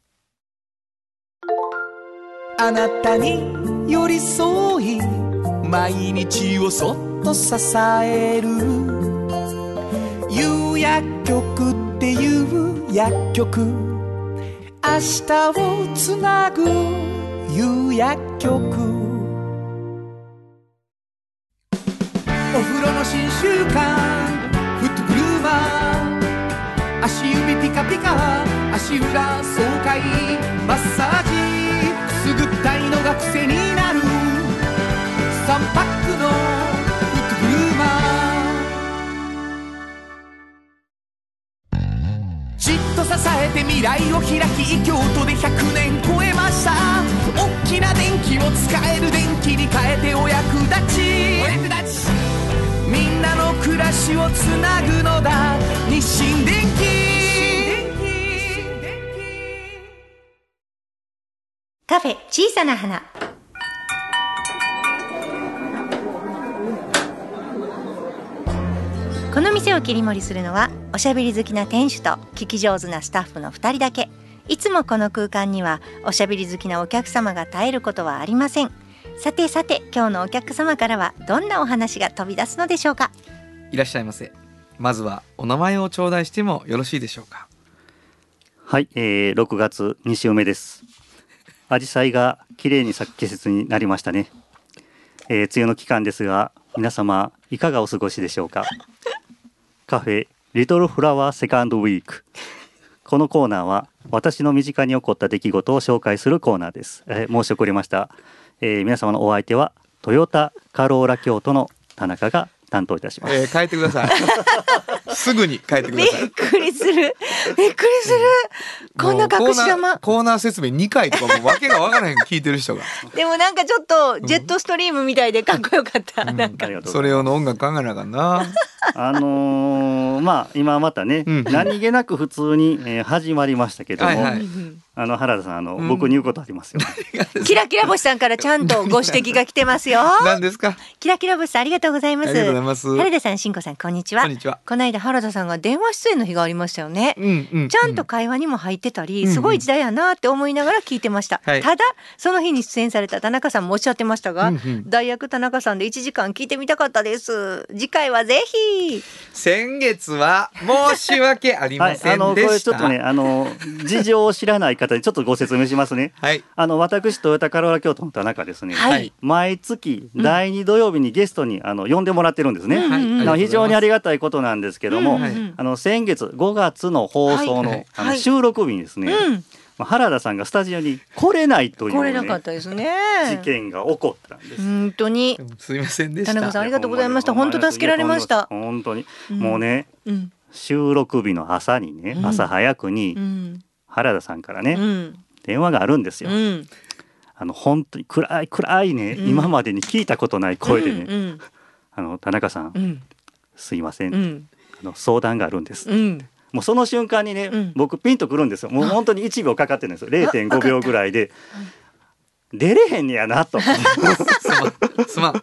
あなたに寄り添い毎日をそっと支える有薬局っていう薬局明日をつなぐ有薬局お風呂の新習慣フットグルーマー足指ピカピカ足裏爽快マッサージくすぐったいのが癖になる3パックのフットグルーマーじっと支えて未来を開き京都で100年超えました大きな電気を使える電気に変えてお役立ちお役立ちみんなの暮らしをつなぐのだ日清電気カフェ小さな花この店を切り盛りするのはおしゃべり好きな店主と聞き上手なスタッフの2人だけいつもこの空間にはおしゃべり好きなお客様が絶えることはありませんさてさて今日のお客様からはどんなお話が飛び出すのでしょうかいらっしゃいませまずはお名前を頂戴してもよろしいでしょうかはい、えー、6月2週目です。紫陽花が綺麗に咲く季節になりましたね。えー、梅雨の期間ですが、皆様いかがお過ごしでしょうか。カフェリトルフラワーセカンドウィーク。このコーナーは私の身近に起こった出来事を紹介するコーナーです。えー、申し遅れました、えー。皆様のお相手はトヨタカローラ京都の田中が担当いたします。えー、変えてください *laughs* すぐに変えてくびだっさいくりするびっくりするこんなもう隠しコーナ玉ーコーナー説明2回とかもう訳がわからへん聞いてる人がでもなんかちょっとジェットストリームみたいでかっこよかった、なんかありがとうございますそれ用の音楽考えなあかんなあのーまあ今またね、うん何気なく普通に、えー始まりましたけども、はいはいあの原田さんあの、うん僕に言うことありますよ。 *laughs* キラキラ星さんからちゃんとご指摘が来てま *laughs* すよ何ですかキラキラ星さんありがとうございまあすりがとうございます原田さんしんこさんこんにちはこんにちはこの間原田さんが電話出演の日がありましたよねうんうんうちゃんと会話にも入ってたり、うんすごい時代やなって思いながら聞いてました、はいただその日に出演された田中さんもおっしゃってましたが、うんうん代役田中さんで1時間聞いてみたかったです次回はぜひ先月は申し訳ありはまい、あせんのこでれしちょたっとねあの事情を知らない方にちょっとご説明しますね。はいあの私トヨタカローラ京都の田中ですね。はい毎月第2土曜日にゲストに、あの呼んでもらってるんですね。はいな非常にありりがたいことなんですけども、うんうんうんあの先月5月の放は送の,、いはいあはのい収録日にですね、うんまあ、原田さんがスタジオに来れないという、ね、来れなかったですね事件が起こったんです。本当にがとうございますすいませんでし田た中さんありがとうございました本当助けられました本当にうんもうね、うん収録日の朝にね、うん朝早くうにん原田さんからね、うん電話があるんですよ。うんあの本当に暗い暗いね、うん今までに聞いたことない声でね、うんあの田中さん、うんすいません、うんあの相談があるんです。うんもうその瞬間にね、うん僕ピンとくるんですよ。もう本当に1秒かかってるんですよ。0.5秒ぐらいで。出れへんねやなと。すまんすまん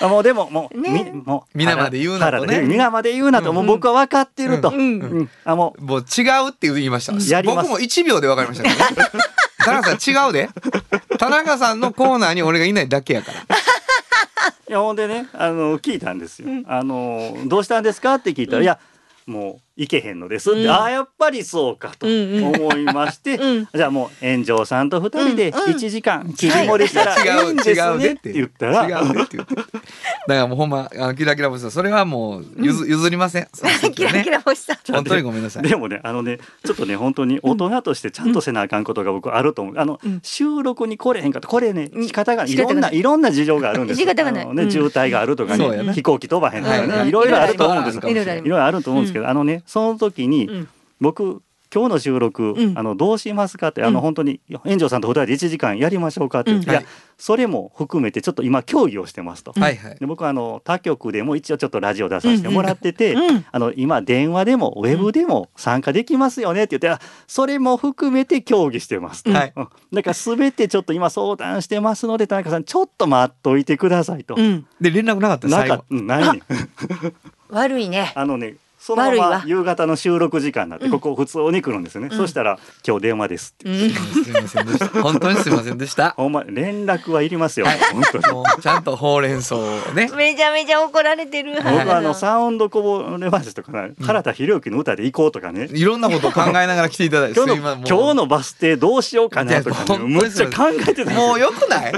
あもうでももう、ねみもう皆まで言うなとね原田で皆まで言うなと、もう僕は分かってると、うんうんあももう違うって言いました。やります僕も1秒で分かりましたからね。*laughs* 田中さん違うで。田中さんのコーナーに俺がいないだけやから。ういやほんでねあの聞いたんですよ、あのどうしたんですかって聞いたら、いやもう行けへんのですって、ああやっぱりそうかとうん思いまして、うんじゃあもう炎上さんと2人でうんうん1時間切り盛りしたらいい違うんです違うねでっってて言ったら、違うでって言って。だからもうほんまあのキラキラボスさんそれはもう譲,、譲りません。その時キはラねキラ星さん本当にごめんなさい。でもねあのねちょっとね本当に大人としてちゃんとせなあかんことが僕あると思う、あのうん収録に来れへんかったこれねうん仕方がない仕い方ろがんなないいろんな事情があるんですよ仕方がないあのねうん渋滞があるとかそうやなね飛行機飛ばへんとかはいはねいいろいろあると思うんですけどいいろいろあるろいろあると思うんですけどあのねその時うにん僕今日の収録うんあのどうしますかってあうんの本当に園長さんと二人で1時間やりましょうかってうんいやそれも含めてちょっと今協議をしてますと。はいはい。で僕はあの他局でも一応ちょっとラジオ出させてもらってて、うんあの今電話でもウェブでも参加できますよねって言って、あそれも含めて協議してますと、はいうんだから全てちょっと今相談してますので田中さんちょっと待っといてくださいと。うんで連絡なかったな最んか後。うんないねん悪いねあのねその悪いまわま夕方の収録時間になってここ普通に来るんですよね、そしたら「今日電話です」ってすいませんでした本当にすいませんでしたほんま連絡はいりますよ、はい本当にもうちゃんとほうれん草をねめちゃめちゃ怒られてる。僕はあのサウンドこぼれ話とかね原田博之の歌で行こうとかね、いろんなことを考えながら来ていただいて今日のすいません今もう日のバス停どうしようかなとかいやね本当むにっそちうゃで考すえてたんですもようよくない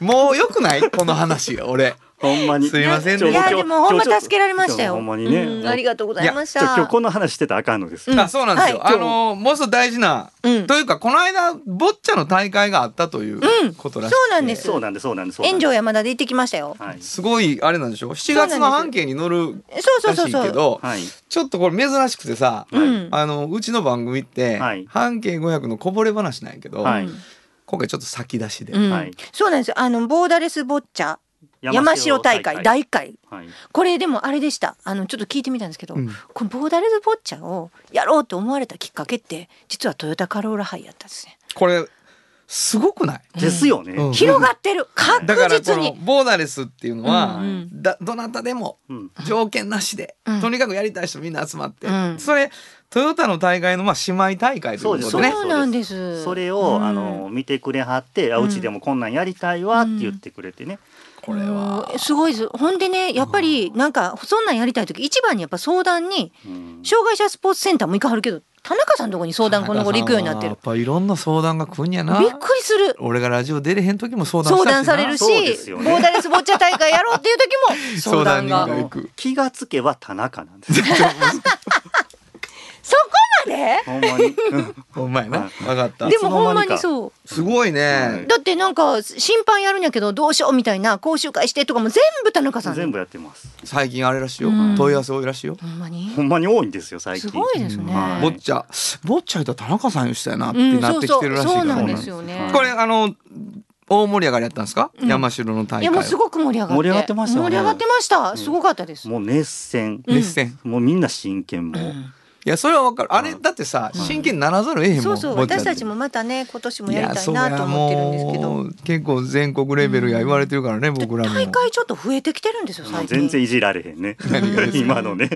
もうよくないこの話俺ほんまにすいませんちょねいやちょでもほんまちょ助けられましたよ。ほんまにねうんありがとうございましちょ今た日。この話してたらあかんのです、あそうなんですよ、はいあのもう一つ大事な、うんというかこの間ボッチャの大会があったということらしくて、そうなんですそうなんですそうなんですそうなん炎です上山田で行ってきましたよ。はい、すごいあれなんでしょ7月の半径に乗るそうそらうしいそうけそう。ど、はいちょっとこれ珍しくてさ、うはいん。あのうちの番組って、はい半径500のこぼれ話なんやけど、はい今回ちょっと先出しで、うんはいそうなんですよ。あのボーダレスボッチャ山城大会大会。はい、これでもあれでした。あのちょっと聞いてみたんですけど、うんこのボーダレスボッチャをやろうと思われたきっかけって実はトヨタカローラ杯やったんです *laughs* ね。これすごくないですよね、うん広がってるだか確らこ実のに。ボーダレスっていうのは、うんだどなたでもうん *laughs* 条件なしで、うんとにかくやりたい人みんな集まって、うんそれトヨタの大会のまあ姉妹大会というこそとうでねですそうなんです。それを、うんあの見てくれはって、あうちでもこんなんやりたいわって言ってくれてね、これはうんすごいですほんでねやっぱりなんかそんなんやりたい時一番にやっぱ相談にうん障害者スポーツセンターも行かはるけど田中さんのとこに相談この頃行くようになってやるっぱいろんな相談が来んやびっなくりする俺がラジオ出れへん時も相談し相たしな談されるしそうですよねボーダレスボッチャ大会やろうっていう時も相相談談人がが行く気がつけば田中なん *laughs* ですよそこまでほんまに、 *laughs* うんお前なはわかったでもほんまにいつの間にかそうすごいはねいだってなんか審判やるんやけどどうしようみたいな講習会してとかも全部田中さん全部やってます最近あれらしいようん問い合わせ多いらしいよほんまにほんまに多いんですよ最す近ごいですねはいボッチャボッチャ言ったら田中さんよしたよなっうてんなそっうてそきてるうらしいそうかならんねですよねこれあの大盛り上がりやったんですか、うん山城の大い会やもうすはごく盛り上がって盛り上がってましたよね盛り上がってましたすごかったですもう熱戦、うん熱戦、もうみんな真剣もう、いやそれはわかるあれうんだってさ、真剣にならざるを得へんもんそうそうボッチャっ私てたちもまたね今年もやりたいなと思ってるんですけいやそりゃもどう結構全国レベルや言われてるからね、僕らも大会ちょっと増えてきてるんですよもう最近全然いじられへんね何がですか今のね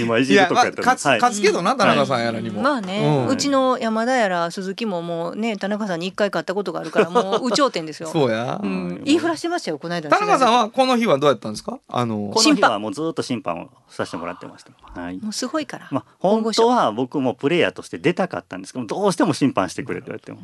今いいじるや、とまこあ、やった勝つ、はい勝つけどな、田中さんやらにも。まあね、うんうちの山田やら鈴木ももうね田中さんに一回買ったことがあるからもう有頂天ですよそうやう。ん、言いふらしてましたよこの間の田中さん取材はこの日はどうやったんですか。あのこ。の日はもうずっと審判をさせてもらってましたはいでもうすごいから、まあ、大本御所当は僕もプレイヤーとして出たかったんですけどどうしても審判してくれって言われても、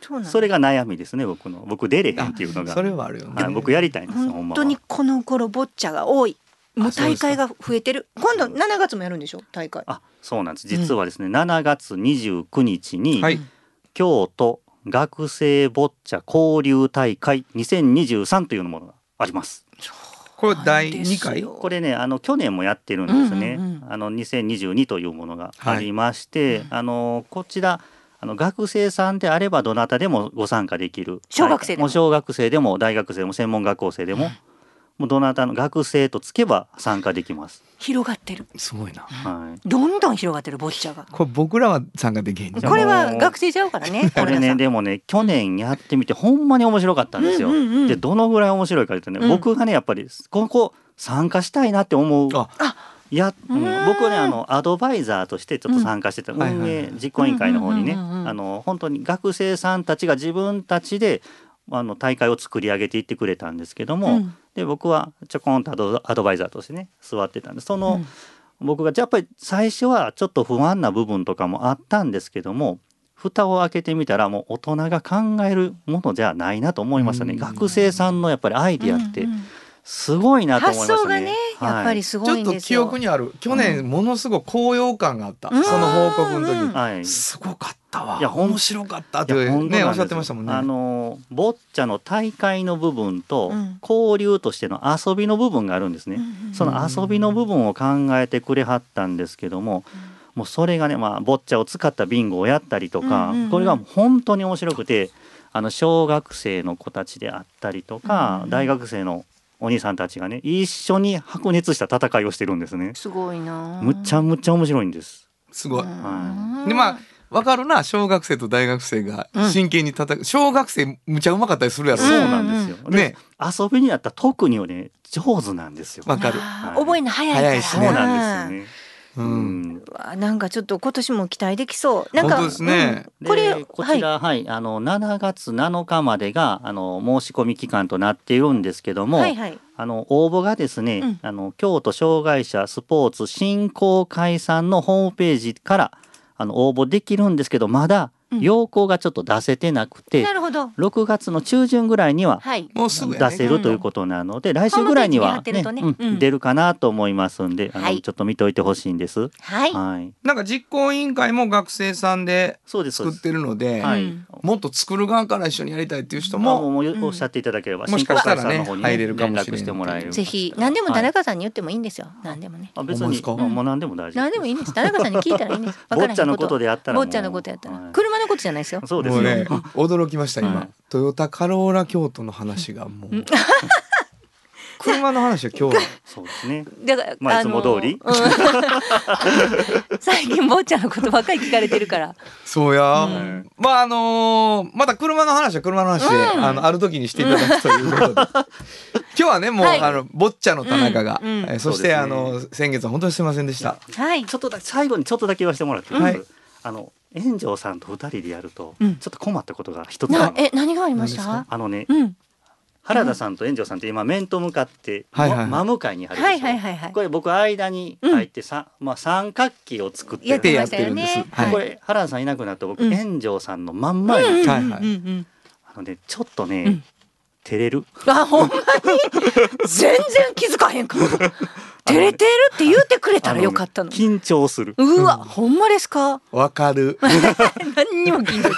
そうなんそれがが悩みですね僕の僕出れへんっていうのがそれはあるよね。はい、僕やりたいんですよほ本んま当はにこの頃ボッチャが多いもうあそうで大すか会が増えてる今度7月もやるんでしょ大会あそうなんです実はですね、7月29日に、はい。京都学生ボッチャ交流大会2023というものがありますこれ第二なんです回。よこれねあの去年もやってるんですね、うんうんうあの2022というものがありまして、あのこちらあの学生さんであればどなたでもご参加できる小学生でもう小学生でも大学生でも専門学校生でも、もうどなたの学生とつけば参加できます、広がってるすごいな。はいどんどん広がってるボッチャがこれ僕らは参加できへんね。やこれは学生ちゃうからね *laughs* これねでもね去年やってみてほんまに面白かったんですよ。うんうんうんでどのぐらい面白いかというとね、うん僕がねやっぱりここ参加したいなって思うあいや、うんうん僕はねあのアドバイザーとしてちょっと参加してた、ん運はいはいは営い実行委員会の方にね、うんうんうんうんあの本当に学生さんたちが自分たちであの大会を作り上げていってくれたんですけども、うんで僕はちょこんとアドアドバイザーとしてね座ってたんでその、僕がやっぱり最初はちょっと不安な部分とかもあったんですけども蓋を開けてみたらもう大人が考えるものじゃないなと思いましたね、うん学生さんのやっぱりアイディアってうんうんすごいなと思いま発したね。想がねやっぱりすちごょいっんとです記よ、憶にある。去年ものすごい高揚感があった。そうんの報告の時に。はい、はいすごかったわ。いやほん面白かったっいてや本当なんですねよおっしゃってましたもんね。あのボッチャの大会の部分と、うん交流としての遊びの部分があるんですね。うんうんその遊びの部分を考えてくれはったんですけども、もうそれがね、まあボッチャを使ったビンゴをやったりとか、うんうんうんこれがもう本当に面白くて、あの小学生の子たちであったりとか、大学生のお兄さんたちがね、一緒に白熱した戦いをしてるんですね。すごいなあむちゃむちゃ面白いんです。すごい。はい。でまあわかるな小学生と大学生が真剣に戦う、小学生むちゃうまかったりするやろそうなんですよ。うんねで遊びにやったら特にね上手なんですよ。わかるあー覚えるの早いから早いしそるうねなんですよね。ううんん。うわなんかちょっと今年も期待できそうなんか本当ですねうんでこれこちら、はい、あの、7月7日までが、あの、申し込み期間となっているんですけども、はい、はいはいあの、応募がですね、うんあの、京都障害者スポーツ振興会さんのホームページから、あの、応募できるんですけど、まだ、うん要項がちょっと出せてなくてな、るほど6月の中旬ぐらいには、はいもうすぐや出ねせるということなので、来週ぐらいには、ホームページに貼ってるとねううんん出るかなと思いますんで、あのはいちょっと見ておいてほしいんです。はいはい、なんか実行委員会も学生さんでそうですそう作でっす。てるので、はういん、もっと作る側から一緒にやりたいっていう人もうも、もうおっしゃっていただければ、もしかしたらね振興会さんの方に入れるかもしれない連絡してもらえる。ぜひ何でも田はい中さんに言ってもいいんですよ、何でもねあ別ほんまでにすかあもう何でも大丈夫。何でもいいんです田中さんに聞いたらいいんです *laughs* 坊ちゃんのことででやったらも坊う。ちゃんのことやったら、はい車のことじゃないですよそうですもようね。驚きました今、はいトヨタカローラ京都の話がもう、 *laughs* 車の話は今日はそうですね。だから、まあのいつも通りうん最近坊ちゃんのことばっかり聞かれてるからそうや、うんまああのーまた車の話は車の話で、うんあのある時にしていただくということで *laughs* 今日はねもう、はいあのボッチャの田中が、うんうんえーそしそうてですねあの先月は本当にすいませんでしたはいちょっとだ最後にちょっとだけ言わせてもらっていいですはあの炎上さんと二人でやると、うんちょっと困ったことが一つあなる。え何がありまし何たあのね、うん原田さんと炎上さんって今面と向かって、はいはいはいま真向かいにあるでしょ、はいはいはいはいこれ僕間に入ってさ、まあ、三角形を作ってるやってましすたよねやってるんですはいこれ原田さんいなくなって僕、うん炎上さんの真ん前に、ははいいうんはいうんうんあのねちょっとね、うん照れるあほんまに全然気づかへ *laughs* んから照れてるって言ってくれたらよかったのあね緊張するうわほんまですかわか *laughs* る何にも聞いてない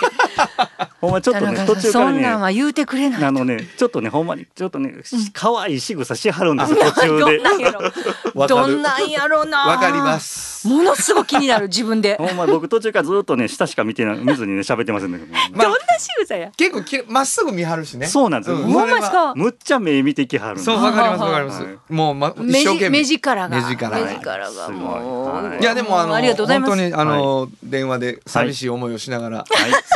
ほんまちょっとね田途中さん中かそらんなんねは言うてくれないあのねちょっとねほんまにちょっとねし可愛い仕草しはるんですよ途中どでんなんやろわかどるんなんやろなわかりますものすごく気になる自分 *laughs* でほんま僕途中からずっとね下しか見てない見ずにね喋ってませんだけど、 *laughs* まあどんな仕草や結構きまっすぐ見張るしねそうなんですようほんまですかむっちゃ目見てきはるんですそうよわかりますわかります、はいもう、ま、一目生懸じ命目力が目力目力がもう、はいすごいはいいやでもあのありがとうございます本当にあの、電話で寂しい思いをしながら、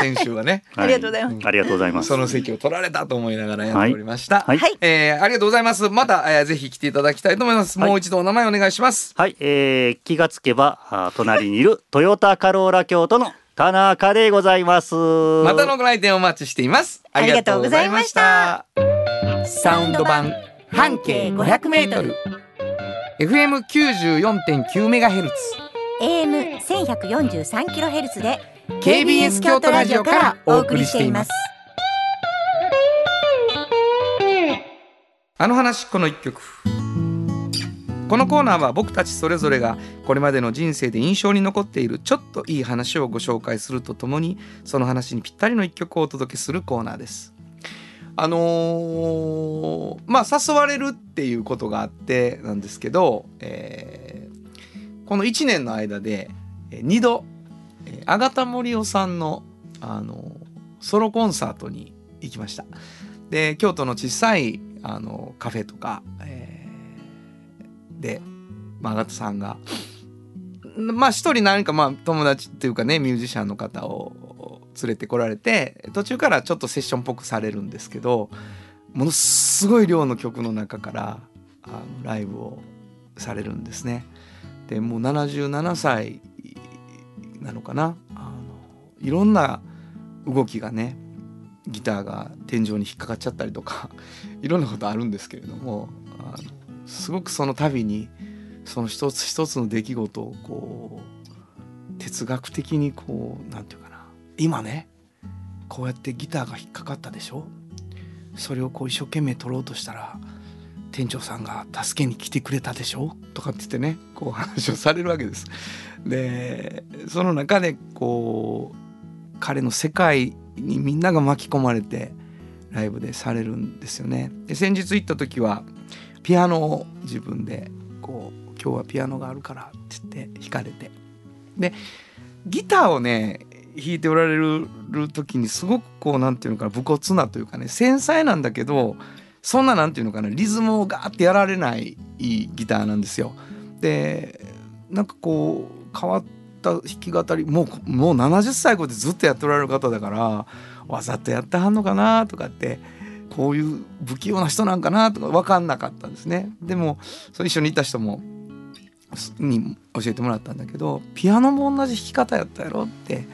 先週はねありがとうございますありがとうございますその席を取られたと思いながらやっておりました、はいはいえーありがとうございますまた、えーぜひ来ていただきたいと思います、はいもう一度お名前お願いしますはい、えー、気がつけばあー隣にいるトヨタカローラ京都の田中でございます。またのご来店お待ちしていますありがとうございましたサウンド版半径 500m FM 94.9メガヘルツ AM 1 1 4 3キロヘルツで KBS 京都ラジオからお送りしていますあの話この一曲このコーナーは僕たちそれぞれがこれまでの人生で印象に残っているちょっといい話をご紹介するとともにその話にぴったりの一曲をお届けするコーナーです。あのーまあ誘われるっていうことがあってなんですけど、えーこの1年の間で2度えー阿賀田森夫さんの、あのーソロコンサートに行きました。で京都の小さい、あのカフェとか、えーで、まあ、阿賀田さんがまあ一人何かまあ友達っていうかねミュージシャンの方を連れてこられて途中からちょっとセッションっぽくされるんですけどものすごい量の曲の中からあのライブをされるんですね。でもう77歳なのかなあのいろんな動きがねギターが天井に引っかかっちゃったりとか *laughs* いろんなことあるんですけれどもあのすごくその度にその一つ一つの出来事をこう哲学的にこうなんていうかな今ねこうやってギターが引っかかったでしょそれをこう一生懸命取ろうとしたら店長さんが助けに来てくれたでしょとかって言ってねこう話をされるわけです。でその中でこう彼の世界にみんなが巻き込まれてライブでされるんですよね。で先日行った時はピアノを自分でこう「今日はピアノがあるから」って言って弾かれてでギターをね弾いておられる時にすごくこうなんていうのかな武骨なというかね繊細なんだけどそんななんていうのかなリズムをガーってやられないギターなんですよ。でなんかこう変わっった弾き語りもうもう70歳後でずっとやっておられる方だからわざとやってはんのかなとかってこういう不器用な人なんかなとか分かんなかったんですね。でもその一緒にいた人もすに教えてもらったんだけどピアノも同じ弾き方やったやろって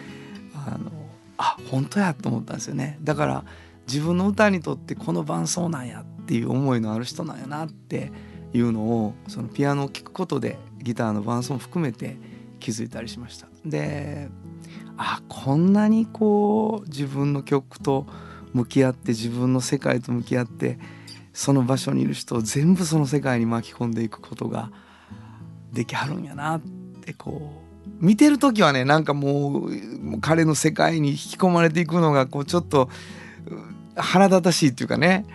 あのあ本当やと思ったんですよね。だから自分の歌にとってこの伴奏なんやっていう思いのある人なんやなっていうのをそのピアノを聴くことでギターの伴奏も含めて気づいたりしました。であこんなにこう自分の曲と向き合って自分の世界と向き合ってその場所にいる人を全部その世界に巻き込んでいくことができはるんやなってこう見てる時はねなんかもうもう彼の世界に引き込まれていくのがこうちょっとうん腹立たしいっていうかね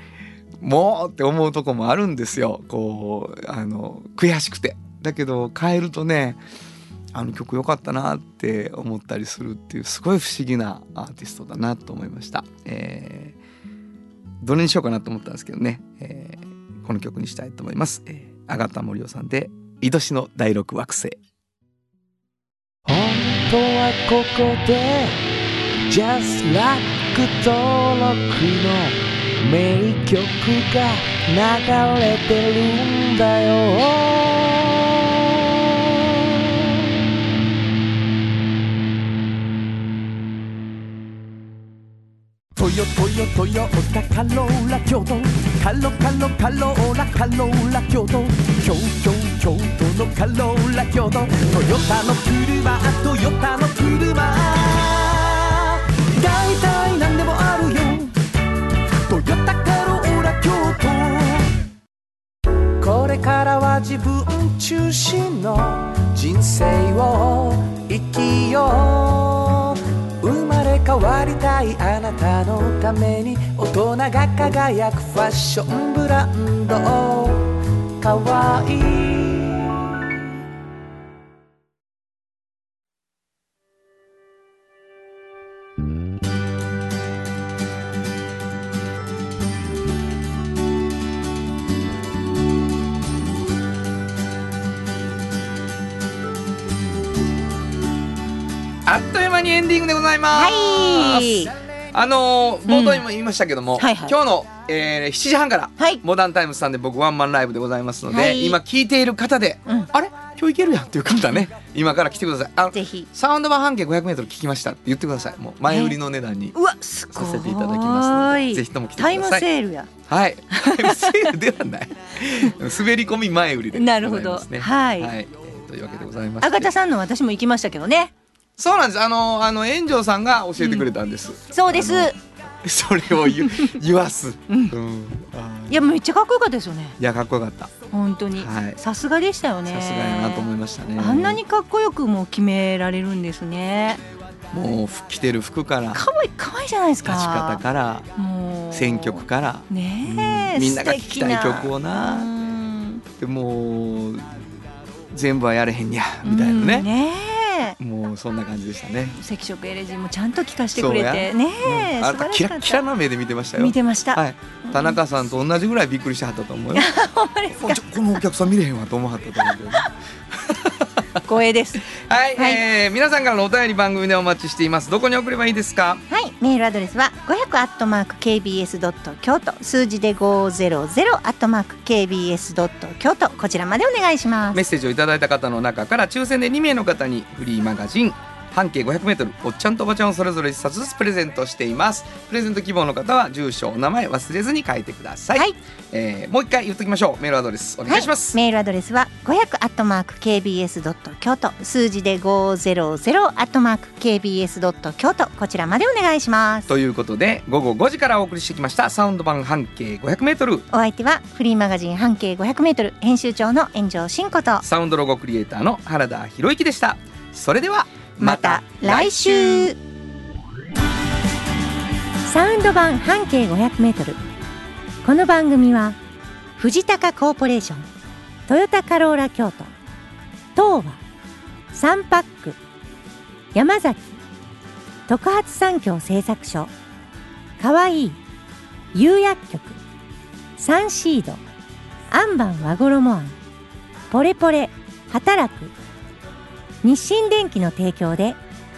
もうって思うとこもあるんですよこうあの悔しくてだけど変えるとねあの曲良かったなって思ったりするっていうすごい不思議なアーティストだなと思いました、えーどれにしようかなと思ったんですけどね、えーこの曲にしたいと思います、えー、上田森夫さんで「いとしの第六惑星」本当はここで Just Rock 登録の名曲が流れてるんだよトヨトヨトヨタカローラ京都カロカロカローラカローラ京都京京京都のカローラ京都トヨタの車トヨタの車大体何でもあるよトヨタカローラ京都これからは自分中心の人生を生きよう生まれ変わりたいあなたのために大人が輝くファッションブランドかわいいあっという間にエンディングでございます。はいあのー冒頭にも言いましたけども、はいはい今日の、えー7時半から、はいモダンタイムズさんで僕ワンマンライブでございますので、はい今聞いている方で、うんあれ今日いけるやんっていう方ね今から来てくださいあのぜひサウンド版半径 500m 聞きましたって言ってくださいもう前売りの値段にうわすごさせいていただきますのでぜひとも来てくださタイいムセールやはい、 *laughs* セールでは *laughs* ない滑り込み前売りでございますねなるほどはいえーというわけでございまして赤田さんの私も行きましたけどねそうなんですあのあの炎上さんが教えてくれたんです、そうですあのそれを *laughs* 言う言わす、うんあーいやめっちゃかっこよかったですよねいやかっこよかったさ本当にはいさすがでしたよねすがやなと思いましたねあんなにかっこよくもう決められるんですねもう着てる服から立かわいいかわいいじゃないですちか方からもう選曲から、ねえ、うんみんなが聴きたい曲をなうんでもう全部はやれへんにゃみたいなうんね、ねもうそんな感じでしたねえ赤色エレジーもちゃんと聞かせてくれそうてやねうえ、んあ素な晴たらキしラかッっキラたな目で見てましたよ見てました、はい、田中さんと同じぐらいびっくりしてはったと *laughs* 思うよもうちょこのお客さん見れへんわと思わはったと思うけど光栄ですはい、 *laughs* はいえー皆さんからのお便り番組でお待ちしていますどこに送ればいいですかはい、メールアドレスは500アットマーク kbs ドット京都数字で500アットマーク kbs ドット京都こちらまでお願いします。メッセージをいただいた方の中から抽選で2名の方にフリーマガジン半径 500m おっちゃんとおばちゃんをそれぞれ1冊ずつプレゼントしていますプレゼント希望の方は住所お名前忘れずに書いてください、はいえーもう一回言っときましょうメールアドレスお願いします、メールアドレスは500アットマーク kbs ドット京都数字で500アットマーク kbs ドット京都こちらまでお願いします。ということで午後5時からお送りしてきましたサウンド版半径 500m お相手はフリーマガジン半径500メートル編集長の炎上真子とサウンドロゴクリエイターの原田博之でしたそれではまた来週。サウンド版半径 500m この番組は藤高コーポレーショントヨタカローラ京都東和サンパック山崎特発産業製作所かわいい釉薬局サンシードアンバン和衣あんポレポレ働く日清電機の提供で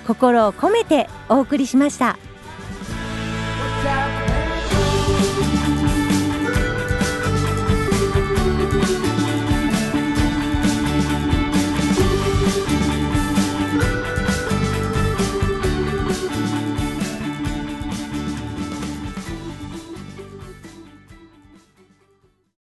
心を込めてお送りしました。